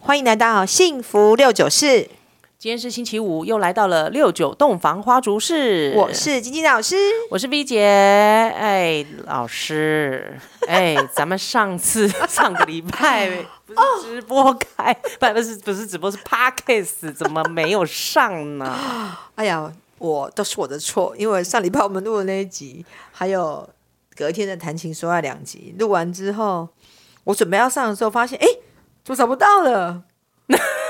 欢迎来到幸福六九四，今天是星期五，又来到了六九洞房花烛式。我是晶晶老师。我是 V 姐，哎，老师， 哎，咱们上次上个礼拜不是直播开，不不是不是直播是 Podcast，怎么没有上呢？哎呀，我都是我的错，因为上礼拜我们录的那一集，还有隔天的谈情说爱两集，录完之后，我准备要上的时候，发现哎，怎么找不到 了？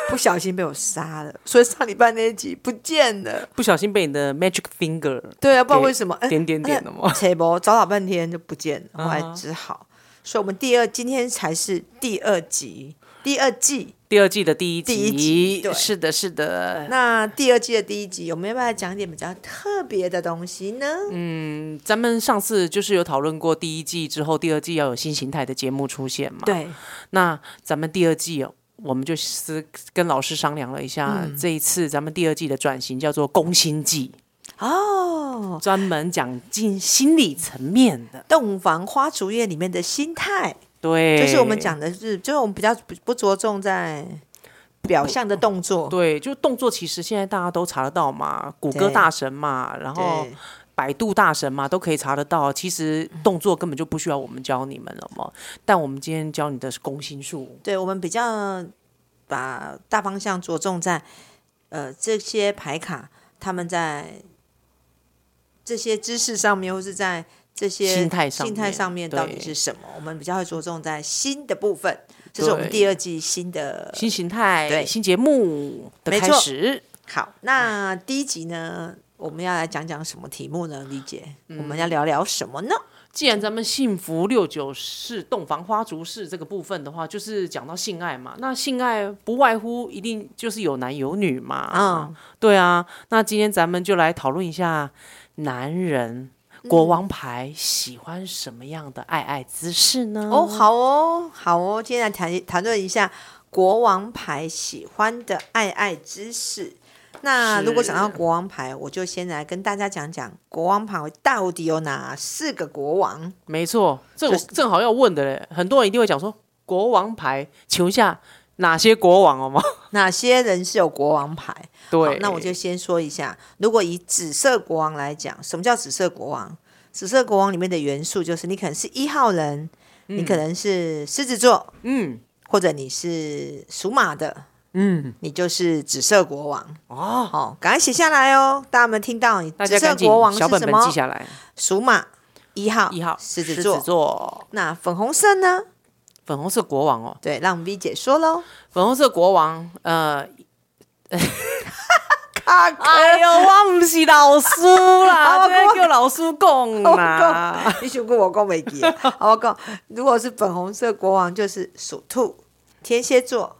不小心被我杀了，所以上礼拜那一集不见了。不小心被你的 Magic Finger 对啊，不知道给为什么，哎点点点的吗？切不找老半天就不见了，后来嗯哼只好，所以我们第二今天才是第二集，第二季。第二季的第一集，第一集对是的，是的。那第二季的第一集，我们要不要来讲点比较特别的东西呢？嗯，咱们上次就是有讨论过第一季之后，第二季要有新形态的节目出现嘛？对，那咱们第二季哦，我们就思跟老师商量了一下，嗯这一次咱们第二季的转型叫做攻心计，哦，专门讲进心理层面的。洞房花烛夜里面的心态，对，就是我们讲的是，就是我们比较不不着重在表象的动作，对，就动作其实现在大家都查得到嘛，谷歌对大神嘛，然后对百度大神嘛，都可以查得到。其实动作根本就不需要我们教你们了嘛，但我们今天教你的是攻心术。对，我们比较把大方向着重在，呃，这些牌卡他们在这些知识上面，或是在这些心态上心态面上面到底对是什么，我们比较会着重在新的部分，这是我们对第二季新的新形态、对新节目的没开错始，好，那第一集呢，我们要来讲讲什么题目呢？李姐，我们要聊聊什么呢？既然咱们幸福六九式洞房花烛式这个部分的话，就是讲到性爱嘛。那性爱不外乎一定就是有男有女嘛。嗯，对啊。那今天咱们就来讨论一下男人国王牌喜欢什么样的爱爱姿势呢？哦，，好哦，好哦，今天来谈谈论一下国王牌喜欢的爱爱知识。那是如果讲到国王牌，我就先来跟大家讲讲国王牌到底有哪四个国王。没错，这我就是正好要问的嘞。很多人一定会讲说，国王牌，请问一下哪些国王好吗？哪些人是有国王牌？好 对，那我就先说一下，如果以紫色国王来讲，什么叫紫色国王？紫色国王里面的元素就是你可能是一号人，你可能是狮子座，嗯或者你是属马的，嗯你就是紫色国王。哦，哦，赶快写下来哦！大家有没有听到？你大紫家色赶紧国王小是本什本记么？下来。属马一号，一号狮子狮子座。座那粉红色呢？粉红色国王哦，对，让 V 姐说喽。粉红色国王，呃，卡卡，哎呦，我唔是老师啦， 我这个叫老师啊讲 我啦，讲，你想过我讲没 记？好，我讲，如果是粉红色国王，就是属兔、天蝎座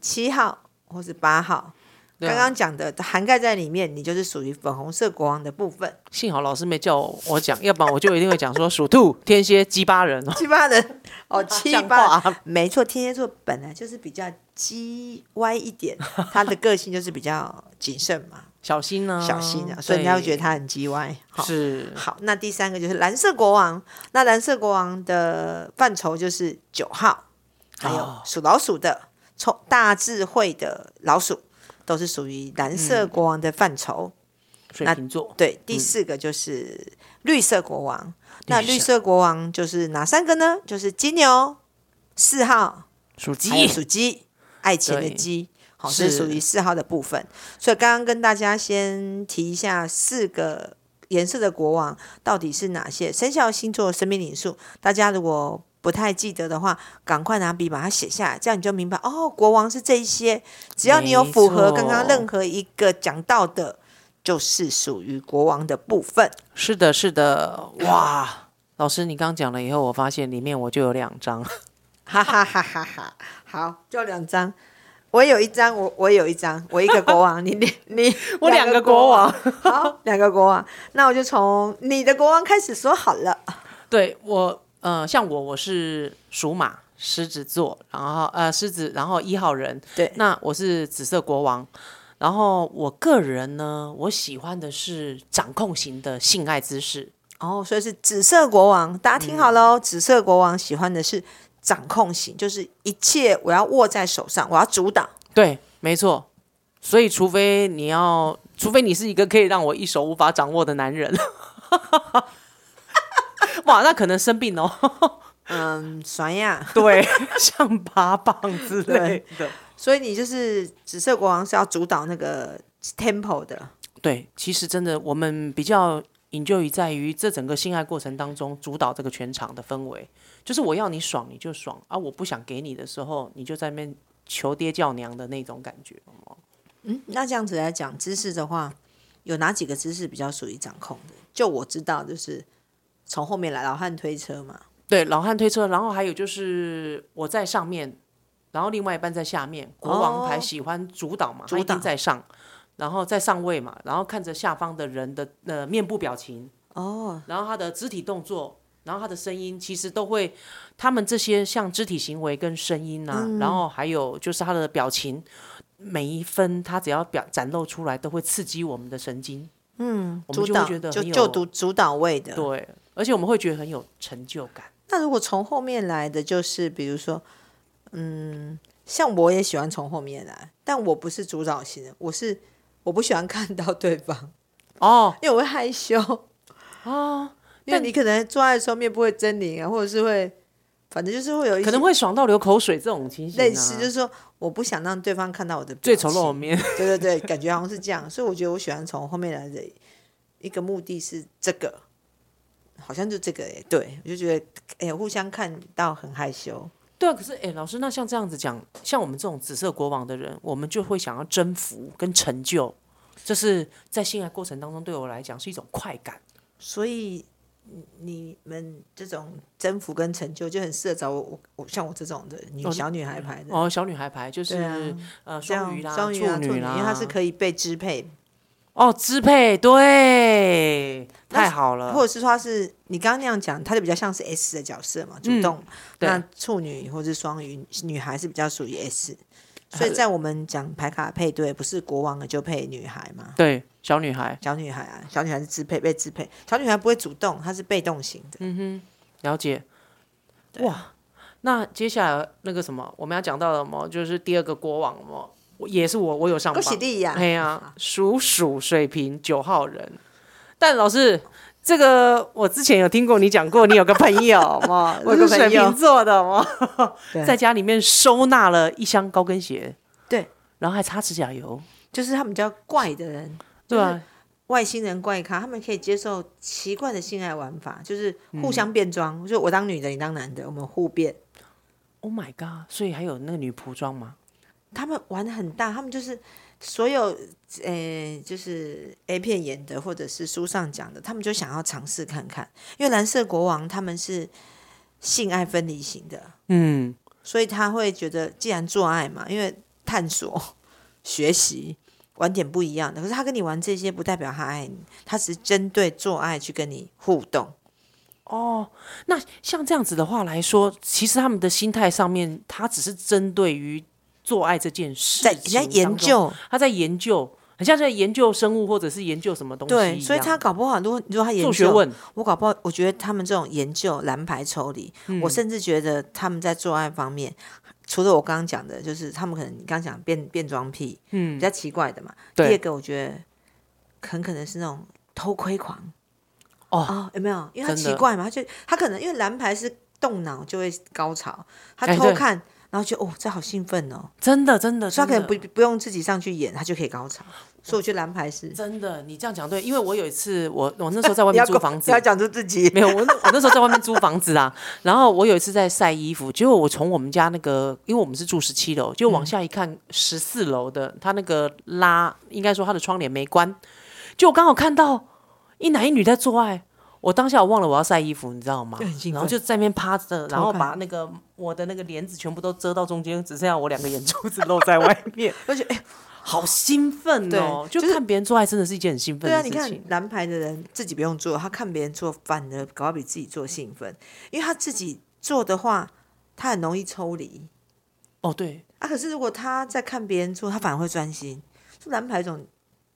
七号或是八号。对啊刚刚讲的涵盖在里面，你就是属于粉红色国王的部 分。幸好老师没叫我讲，要不然我就一定会讲说属兔、天蝎、鸡巴人哦。七八人哦，七像八话没错，天蝎座本来就是比较叽歪一点，他的个性就是比较谨慎嘛， 小心呢、小心啊，所以人家会觉得得他很叽歪。好是好，那第三个就是蓝色国王。那蓝色国王的范畴就是九号，还有哦属老鼠的、聪大智慧的老鼠，都是属于蓝嗯色国王的范畴。水那瓶座，对，第四个就是绿色国王。那嗯绿色绿色国王就是哪三个呢？就是金牛、四号，属还有鸡，属鸡，爱钱的对鸡，好，是这是属于四号的部分。所以刚刚跟大家先提一下四个颜色的国王到底是哪些生肖星座生命领数。大家如果不太记得的话，赶快拿笔把它写下来，这样你就明白哦，国王是这一些。只要你有符合刚刚没错任何一个讲到的，就是属于国王的部分。是的，是的，哇，老师你刚讲了以后，我发现里面我就有两张，哈哈哈哈哈！好，就两张，我有一张，我我有一张，我一个国王，你你你， 我两个国王，好，两个国王，那我就从你的国王开始说好了。对我，呃，像我，我是属马，狮子座，然后呃，狮子，然后一号人，对那我是紫色国王。然后我个人呢，我喜欢的是掌控型的性爱姿势，嗯哦，所以是紫色国王，大家听好喽，紫色国王喜欢的是掌控型，就是一切我要握在手上，我要主导。对，没错。所以，除非你要，除非你是一个可以让我一手无法掌握的男人， 哇，那可能生病哦。嗯，算呀。对， 像八棒之类的。所以你就是紫色国王是要主导那个 tempo 的，对，其实真的，我们比较 enjoy 在于这整个性爱过程当中主导这个全场的氛围，就是我要你爽你就爽啊，我不想给你的时候，你就在那边求爹叫娘的那种感觉。嗯，那这样子来讲姿势的话，有哪几个姿势比较属于掌控的？就我知道，就是从后面来老汉推车嘛，对，老汉推车，然后还有就是我在上面，然后另外一半在下面。国王牌哦喜欢主导嘛，主他一定导在上，然后在上位嘛，然后看着下方的人的呃面部表情，哦，然后他的肢体动作，然后他的声音，其实都会，他们这些像肢体行为跟声音啊，嗯然后还有就是他的表情，每一分他只要表展露出来，都会刺激我们的神经。嗯，我主们就会导觉得就很有就读主导位的。对，而且我们会觉得很有成就感。那如果从后面来的，就是比如说，嗯，嗯像我也喜欢从后面来，但我不是主导型的，我是我不喜欢看到对方，哦，因为我会害羞哦。因为你可能做爱的时候面部会狰狞啊，或者是会，反正就是会有一些可能会爽到流口水这种情形、啊，类似，就是说我不想让对方看到我的表最丑情陋的面。对对对，感觉好像是这样，所以我觉得我喜欢从后面来的一个目的是这个，好像就这个哎、对我就觉得哎、互相看到很害羞， 对啊，可是哎、老师，那像这样子讲，像我们这种紫色国王的人，我们就会想要征服跟成就，这是在性爱过程当中对我来讲是一种快感。所以你你们这种征服跟成就就很适合找我我我像我这种的女小女孩牌的，哦，小女孩牌就是、对啊呃这样双鱼啦、双鱼啊女啦，因为它是可以被支配，哦支配，对，那太好了或。者是说它是你刚刚那样讲，它就比较像是 S 的角色嘛，主动。嗯对那处女或是双鱼女孩是比较属于 S，所以在我们讲牌卡配对，不是国王的就配女孩嘛，对，小女孩，小女孩啊，小女孩是支配被支配，小女孩不会主动，她是被动型的。了解。哇，那接下来那个什么，我们要讲到的么，就是第二个国王么，我也是我，我有上恭榜。喜你呀、啊哎呀，属鼠水瓶九号人。但老师，这个我之前有听过你讲过，你有个朋友 嘛， 我有个是朋水友瓶座的嘛， 对在家里面收纳了一箱高跟鞋，对，然后还擦指甲油，就是他们比较怪的人，就对是吧？外星人怪咖，他们可以接受奇怪的性爱玩法，就是互嗯相变装，就我当女的，你当男的，我们互变。 Oh my god！所以还有那个女仆装吗？他们玩的很大，他们就是所有呃，就是 A 片演的，或者是书上讲的，他们就想要尝试看看。因为蓝色国王他们是性爱分离型的，嗯，所以他会觉得既然做爱嘛，因为探索、学习、玩点不一样的。可是他跟你玩这些，不代表他爱你，他只是针对做爱去跟你互动。哦，那像这样子的话来说，其实他们的心态上面，他只是针对于做爱这件事在情人家研当中究，他在研究，很像在研究生物或者是研究什么东西一样对，所以他搞不好，如果你说他研做究学问，我搞不好，我觉得他们这种研究蓝牌抽离，嗯我甚至觉得他们在做爱方面，除了我刚刚讲的，就是他们可能你刚刚讲变变装癖，嗯，比较奇怪的嘛。第对二个，我觉得很可能是那种偷窥狂。哦有没有？因为他真的奇怪嘛，他就他可能因为蓝牌是动脑就会高潮，他哎偷对看。然后就哦，这好兴奋哦！真的真的，所以他可真能的不不用自己上去演，他就可以高潮。所以我觉得蓝牌是真的，你这样讲对，因为我有一次，我我那时候在外面要租跟房子不要，讲出自己 没有，我那我那时候在外面租房子啊，然后我有一次在晒衣服，结果我从我们家那个，因为我们是住十七楼，就嗯往下一看，十四楼的他那个拉，应该说他的窗帘没关，就我刚好看到一男一女在做爱。我当下我忘了我要晒衣服，你知道吗就很？兴奋然后就在那边趴着，然后偷看把那个我的那个帘子全部都遮到中间，只剩下我两个眼珠子露在外面， 而且哎，好兴奋哦！对就就是看别人做爱真的是一件很兴奋对啊，的你事看情。蓝牌的人自己不用做，他看别人做反而搞比自己做兴奋，因为他自己做的话，他很容易抽离哦，对，啊。可是如果他在看别人做，他反而会专心。就蓝牌有一种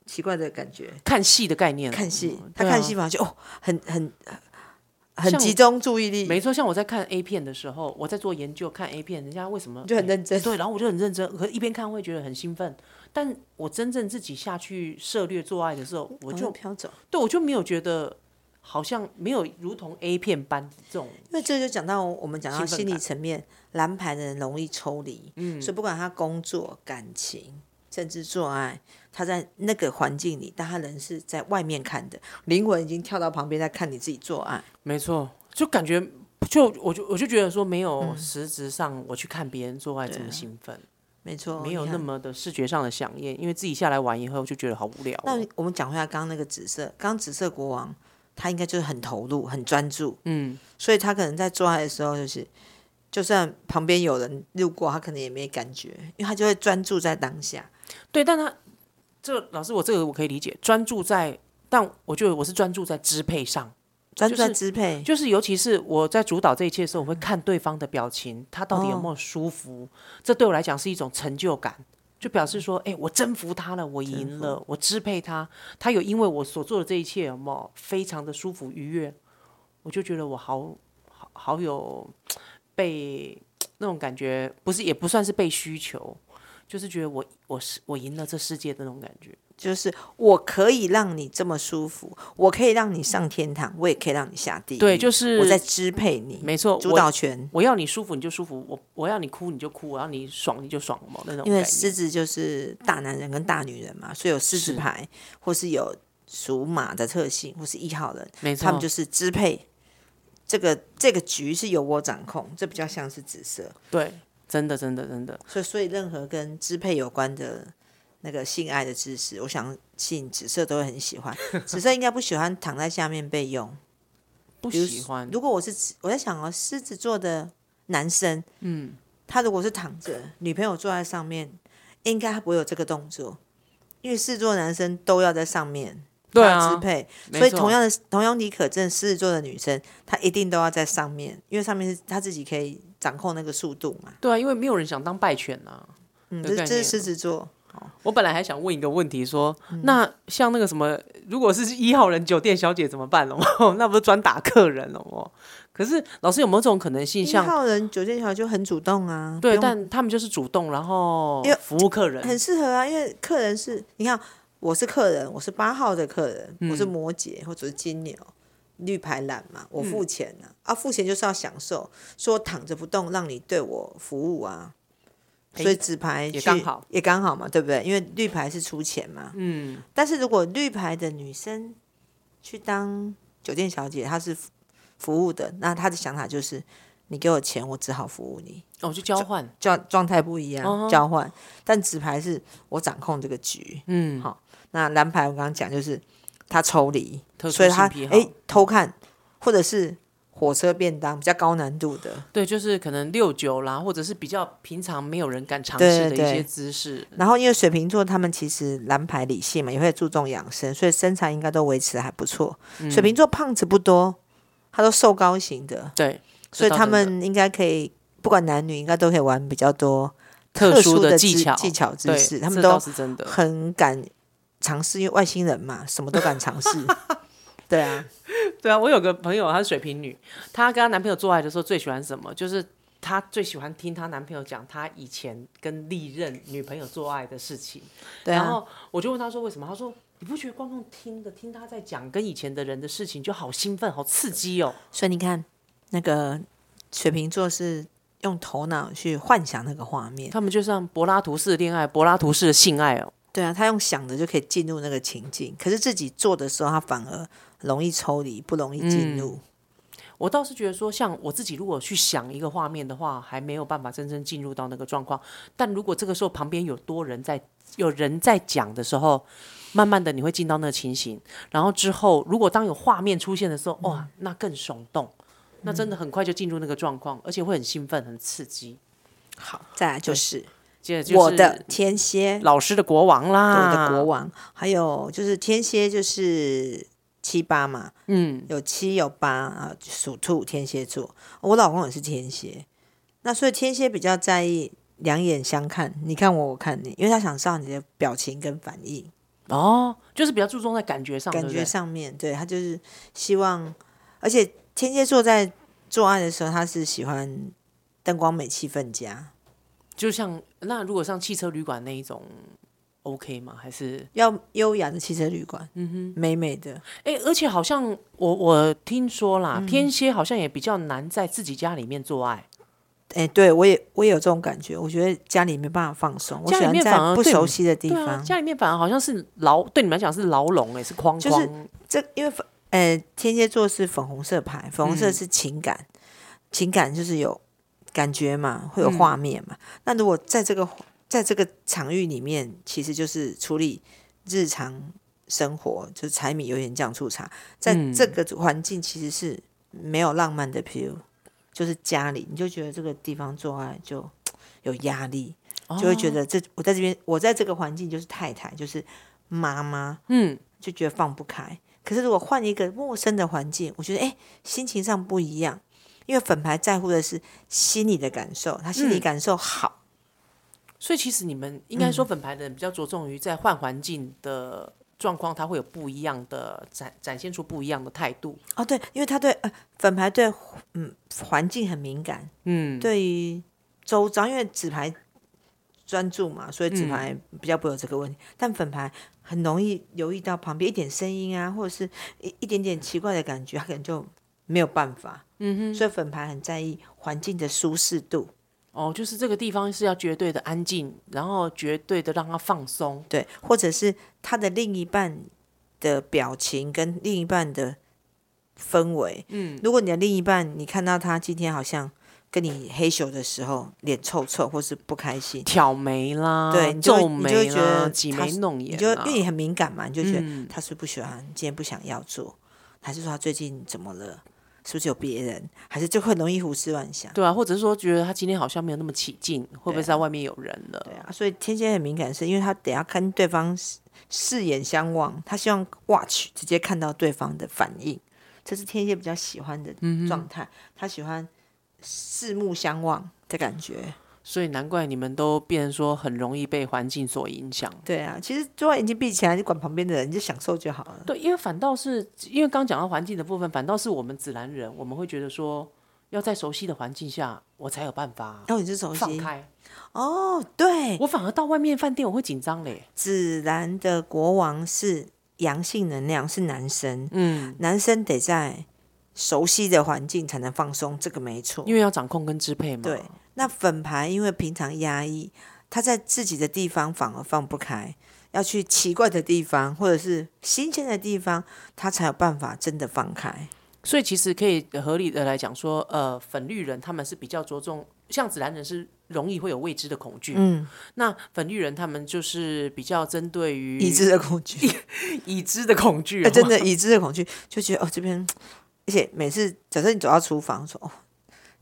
奇怪的感觉，看戏的概念，看戏嗯他对啊看戏嘛就、哦，很很很像集中注意力，没错，像我在看 A 片的时候，我在做研究看 A 片，人家为什么就很认真对，然后我就很认真，可一边看会觉得很兴奋，但我真正自己下去涉猎做爱的时候，我我就飘走。对我就没有觉得好像没有如同 A 片般这种因为这就讲到我们讲到兴奋心理感层面，蓝牌的人容易抽离，嗯，所以不管他工作、感情，甚至做爱，他在那个环境里，但他人是在外面看的，灵魂已经跳到旁边在看你自己做爱。没错，就感觉就我就我就觉得说没有嗯实质上我去看别人做爱这么兴奋，没错，没有啊哦你那看。么的视觉上的响艳，因为自己下来玩以后就觉得好无聊哦、那我们讲回来刚刚那个紫色，刚刚紫色国王，他应该就是很投入、很专注，嗯，所以他可能在做爱的时候，就是就算旁边有人路过，他可能也没感觉，因为他就会专注在当下。对，但他这老师我这个我可以理解，专注在，但我觉得我是专注在支配上，专注在就是支配，就是尤其是我在主导这一切的时候，我会嗯看对方的表情，他到哦底有没有舒服，这对我来讲是一种成就感。就表示说，哎、我征服他了，我赢了，我支配他，他有因为我所做的这一切，有没有非常的舒服愉悦？我就觉得我好好好有被那种感觉，不是也不算是被需求，就是觉得我我是我赢了这世界的那种感觉。就是我可以让你这么舒服，我可以让你上天堂，我也可以让你下地狱。对，就是我在支配你，没错，主我导权。我要你舒服你就舒服，我我要你哭你就哭，我要你爽你就爽嘛那种因为感觉狮子就是大男人跟大女人嘛，所以有狮子是牌，或是有属马的特性，或是一号人，没错，他们就是支配。这个这个局是由我掌控，这比较像是紫色，对，真的真的真的，所以所以任何跟支配有关的那个性爱的知识，我相信紫色都会很喜欢。紫色应该不喜欢躺在下面被用，不比如喜欢如果我是狮我在想哦，狮子座的男生，嗯，他如果是躺着，女朋友坐在上面，应该他不会有这个动作，因为狮子座男生都要在上面，对怕支啊，配，没所以错同样的同样理可证，狮子座的女生她一定都要在上面，因为上面是她自己可以掌控那个速度嘛，对啊，因为没有人想当败犬啊。嗯，有这概这是念狮子座，我本来还想问一个问题说，嗯那像那个什么，如果是一号人酒店小姐怎么办哦？ 那不是专打客人了哦？可是老师有没有这种可能性？一像号人酒店小姐就很主动啊，对，不用但他们就是主动，然后因为服务客人，很适合啊，因为客人是，你看我是客人，我是八号的客人，我嗯是摩羯或者是金牛，绿牌懒嘛，我付钱呢、啊，付钱就是要享受，说躺着不动，让你对我服务啊，哎所以纸牌也去刚好，也刚好嘛，对不对？因为绿牌是出钱嘛，嗯，但是如果绿牌的女生去当酒店小姐，她是服服务的，那她的想法就是。你给我钱，我只好服务你。哦，就交换，状状态不一样、嗯交换，但纸牌是我掌控这个局。嗯，好那蓝牌我刚刚讲就是他抽离，特殊所以他性癖好哎偷看或者是火车便当比较高难度的，对，就是可能六九啦，或者是比较平常没有人敢尝对试的一对些姿势，然后因为水瓶座他们其实蓝牌理性嘛，也会注重养生，所以身材应该都维持得还不错。嗯水瓶座胖子不多，他都瘦高型的，对，所以这倒他真的们应该可以不管男女应该都可以玩比较多特殊的技知巧技巧知对，识，他们这都倒是真的。很敢尝试，因为外星人嘛，什么都敢尝 试。对啊， 对啊，我有个朋友，她是水瓶女，她跟她男朋友做爱的时候最喜欢什么？就是她最喜欢听她男朋友讲她以前跟历任女朋友做爱的事情。对然啊，后我就问她说为什么？她说你不觉得光用听的听她在讲跟以前的人的事情就好兴奋、好刺激哦？所以你看，那个水瓶座是用头脑去幻想那个画面，他们就像柏拉图式的恋爱、柏拉图式的性爱哦。对啊，他用想的就可以进入那个情境，可是自己做的时候，他反而容易抽离，不容易进入。我倒是觉得说，像我自己如果去想一个画面的话，还没有办法真正进入到那个状况。但如果这个时候旁边有多人在，有人在讲的时候，慢慢的你会进到那个情形。然后之后，如果当有画面出现的时候，哇，嗯那更耸动，那真的很快就进入那个状况，而且会很兴奋、很刺激。好，再来就是接着嗯就是我的天蝎，老师的国王啦，我的国王，还有就是天蝎就是七八嘛，嗯，有七有八啊，属兔天蝎座，我老公也是天蝎，那所以天蝎比较在意两眼相看，你看我，我看你，因为他想知道你的表情跟反应，哦，就是比较注重在感觉上，感对不觉对上面，对他就是希望，而且天蝎座在做爱的时候，他是喜欢灯光美、气氛佳，就像那如果像汽车旅馆那一种，OK 吗？还是要优雅的汽车旅馆，嗯哼，美美的。哎、而且好像我我听说啦，嗯天蝎好像也比较难在自己家里面做爱，哎、对我也我也有这种感觉，我觉得家里没办法放松，我家喜里欢面在反而不对熟我悉的地对啊方，。家里面反而好像是牢，对你们来讲是牢笼哎、是框框，就是这因为粉呃天蝎座是粉红色牌，粉红嗯色是情感，情感就是有感觉嘛，会有嗯画面嘛。那如果在这个在这个场域里面，其实就是处理日常生活，就是柴米油盐酱醋茶，在嗯这个环境其实是没有浪漫的，譬如就是家里，你就觉得这个地方做爱就有压力。就会觉哦得这我在这边，我在这个环境就是太太，就是妈妈，嗯，就觉得放不开。可是如果换一个陌生的环境，我觉得哎，诶心情上不一样，因为粉牌在乎的是心理的感受，他心理嗯感受好，所以其实你们应该说嗯粉牌的人比较着重于在换环境的状况，他会有不一样的展展现出不一样的态度，哦，对，因为他对呃粉牌对嗯环境很敏感，嗯，对于周遭，因为纸牌专注嘛，所以纸牌比较不会有这个问题。但粉牌很容易留意到旁边一点声音啊，或者是一一点点奇怪的感觉，他可能就没有办法。嗯哼，所以粉牌很在意环境的舒适度。哦，就是这个地方是要绝对的安静，然后绝对的让他放松，对，或者是他的另一半的表情跟另一半的氛围。嗯，如果你的另一半，你看到他今天好像跟你嘿咻的时候，脸臭臭或是不开心，挑眉啦，对你就会皱你就会眉觉啦，得挤他眉是弄眼你啦，就因为你很敏感嘛，你就觉得他是不是不喜欢，今天不想要做，还是说他最近怎么了？是不是有别人？还是就会容易胡思乱想？对啊，或者是说觉得他今天好像没有那么起劲，会不会是在外面有人了？对啊，所以天蝎很敏感是，因为他得要跟对方视视眼相望，他希望 watch 直接看到对方的反应，这是天蝎比较喜欢的嗯状态。他喜欢四目相望的感觉。所以难怪你们都变成说很容易被环境所影响。对啊，其实做完眼睛闭起来，你管旁边的人，你就享受就好了。对，因为反倒是因为刚讲到环境的部分，反倒是我们紫兰人，我们会觉得说要在熟悉的环境下，我才有办法然后你就熟放悉开。哦，对，我反而到外面饭店我会紧张嘞。紫然的国王是阳性能量，是男生，嗯，男生得在熟悉的环境才能放松，这个没错。因为要掌控跟支配嘛。对，那粉牌因为平常压抑，他在自己的地方反而放不开，要去奇怪的地方或者是新鲜的地方，他才有办法真的放开。所以其实可以合理的来讲说，呃，粉绿人他们是比较着重，像紫兰人是容易会有未知的恐惧，嗯，那粉绿人他们就是比较针对于已知的恐 惧，已知的恐惧、 哎真的已知的恐惧，就觉得哦这边，而且每次假设你走到厨房说哦，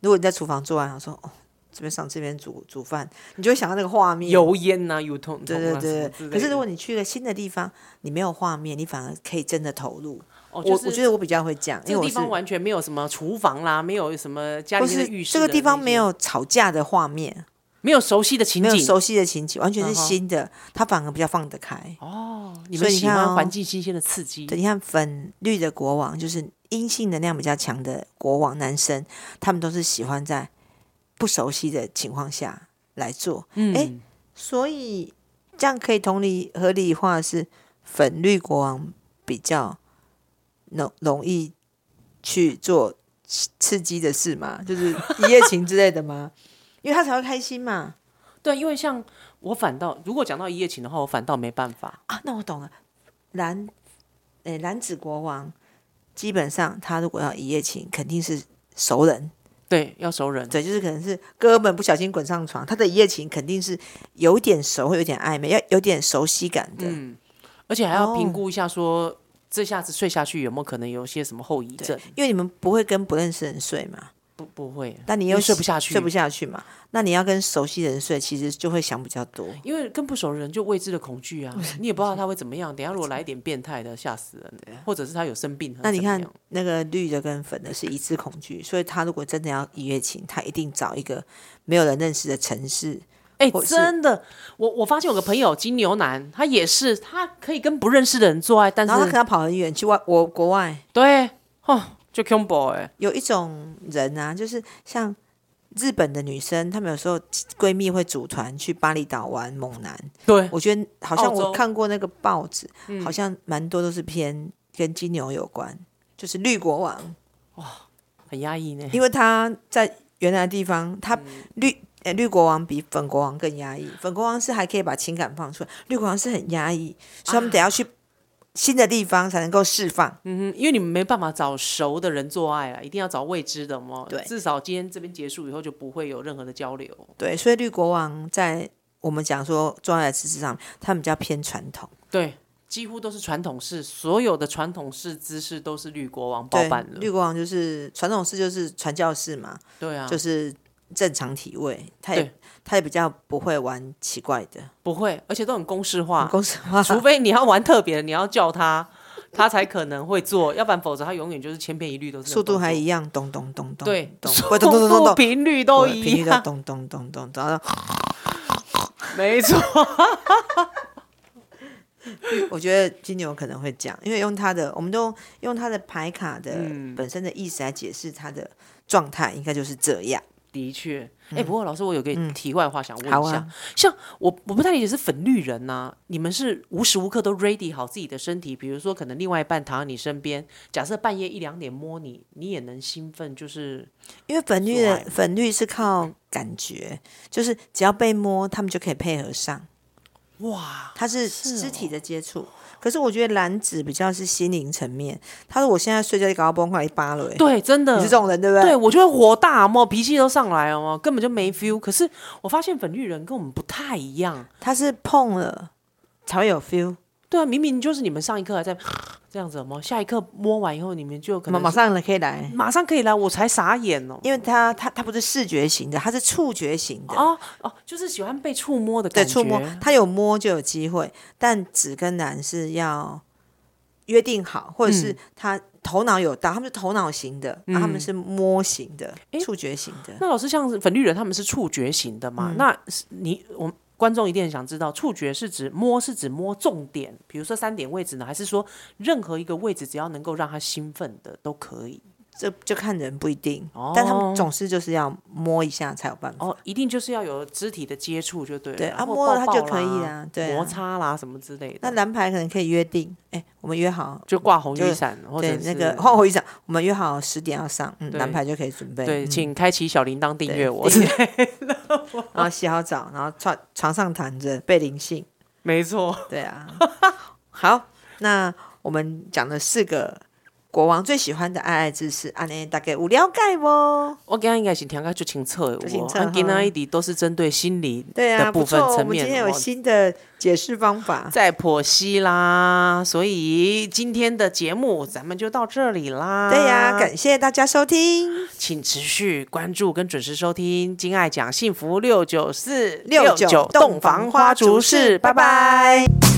如果你在厨房做完，我说哦这边上这边煮煮饭，你就会想到那个画面。油烟呐、油桶桶对啊对什么对之类对，的可是如果你去了新的地方，你没有画面，你反而可以真的投入。哦，就我我觉得得我比较会这样，因这为个我地是方完全没有什么厨房啦，没有什么家或里面是的浴室这的个那些，地方没有吵架的画面，没有熟悉的情没有景熟悉的情景，完全是嗯哼新的，它反而比较放得开。哦，你所们以你喜看欢哦环境新鲜的刺激，对，你看粉绿的国王就是阴性能量比较强的国王男生，他们都是喜欢在不熟悉的情况下来做，嗯，诶所以这样可以同理合理化是粉绿国王比较容容易去做刺刺激的事嘛，就是一夜情之类的吗？因为他才会开心嘛。对，因为像我反倒如果讲到一夜情的话，我反倒没办法。啊，那我懂了。蓝，诶、蓝子国王基本上他如果要一夜情，肯定是熟人，对，要熟人。对，就是可能是哥们不小心滚上床，他的一夜情肯定是有点熟，会有点暧昧，要有点熟悉感的。嗯而且还要哦评估一下说，这下子睡下去有没有可能有些什么后遗症？因为你们不会跟不认识人睡嘛，不，不会，但你因又为睡喜不下去睡不下去嘛，那你要跟熟悉的人睡，其实就会想比较多。因为跟不熟的人就未知的恐惧啊，你也不知道他会怎么样。等一下如果来一点变态的，吓死人，或者是他有生病，啊那你怎么看样那个绿的跟粉的是一致恐惧，所以他如果真的要一夜情，他一定找一个没有人认识的城市，哎、或是真的，我我发现有个朋友金牛男，他也是，他可以跟不认识的人做爱，但然后他可是能要跑很远去外我国外。对哦，就 combo 哎、有一种人啊，就是像日本的女生，她们有时候闺蜜会组团去巴厘岛玩猛男。对，我觉得好像澳洲我看过那个报纸，嗯好像蛮多都是偏跟金牛有关，就是绿国王，很压抑呢。因为他在原来的地方，嗯他绿。呃绿国王比粉国王更压抑，粉国王是还可以把情感放出来，绿国王是很压抑，所以他啊们得要去新的地方才能够释放。嗯，因为你们没办法找熟的人做爱啊，一定要找未知的嘛。对至少今天这边结束以后就不会有任何的交流。对，所以绿国王在我们讲说重要的知识上，他们比较偏传统。对，几乎都是传统式，所有的传统式姿势都是绿国王包对办，了。绿国王就是传统式，就是传教士嘛，对啊，就是正常体位，他也对他也比较不会玩奇怪的，不会，而且都很公式很化，公式化。除非你要玩特别的，你要叫他，他才可能会做，要不然否则他永远就是千篇一律都是那速种动度作。还一样，咚咚咚咚，对，咚，速会咚咚咚度咚咚，频率都我的频一率都样，咚咚咚咚，然后 没错。我觉得金牛可能会讲，因为用他的，我们都用他的牌卡的嗯本身的意思来解释他的状态，应该就是这样。的确，哎、不过老师，我有个题外话想问嗯好一下，啊像我我不太理解是粉绿人呐、你们是无时无刻都 ready 好自己的身体，比如说可能另外一半躺在你身边，假设半夜一两点摸你，你也能兴奋，就是因为粉绿做的爱粉绿是靠感觉，就是只要被摸，他们就可以配合上。哇，它是是肢体的接触，可是我觉得蓝紫比较是心灵层面。他说我现在睡觉就搞到崩溃一巴了、欸，对，真的你是这种人对不对对？我就会火大，有没有脾气都上来了嘛，根本就没 feel。可是我发现粉绿人跟我们不太一样，他是碰了才会有 feel，对啊，明明就是你们上一刻还在 这样子，有没有？下一刻摸完以后，你们就可马能马上可以来，马上可以来，我才傻眼哦。因为他他他不是视觉型的，他是触觉型的。哦哦，就是喜欢被触摸的对，感觉，触摸，他有摸就有机会，但紫跟蓝是要约定好，或者是嗯他头脑有到，他们是头脑型的，啊他们是摸型的诶，触觉型的。那老师像是粉绿人，他们是触觉型的嗯嘛？那是你我观众一定很想知道，触觉是指摸是指摸重点，比如说三点位置呢，还是说任何一个位置只要能够让他兴奋的都可以？这就看人不一定，哦但他们总是就是要摸一下才有办法。哦，一定就是要有肢体的接触就对了，对，然啊，后摸了他抱就抱可以啦，啦，对啊摩。擦啦什么之类那的，蓝牌可能可以约定，哎，我们约好，就挂红就雨伞或者对是那个 换回想，我们约好十点要上，嗯，对蓝牌就可以准备，对，嗯请开启小铃铛订对阅我。订阅然后洗好澡，然后床床上躺着被灵性。没错，对啊，好，那我们讲了四个国王最喜欢的爱爱姿势，安内大概有了解不？ 我刚刚应该是听个就清澈的，就清我啊澈哈今天一直都是针对心理 对啊，的不部错分哦，我层们今面天的有话。新的解释方法。在剖析啦，所以今天的节目咱们就到这里啦。对呀、感谢大家收听请持续关注跟准时收听《金爱讲幸福六九四六九洞房花烛事，拜拜拜拜。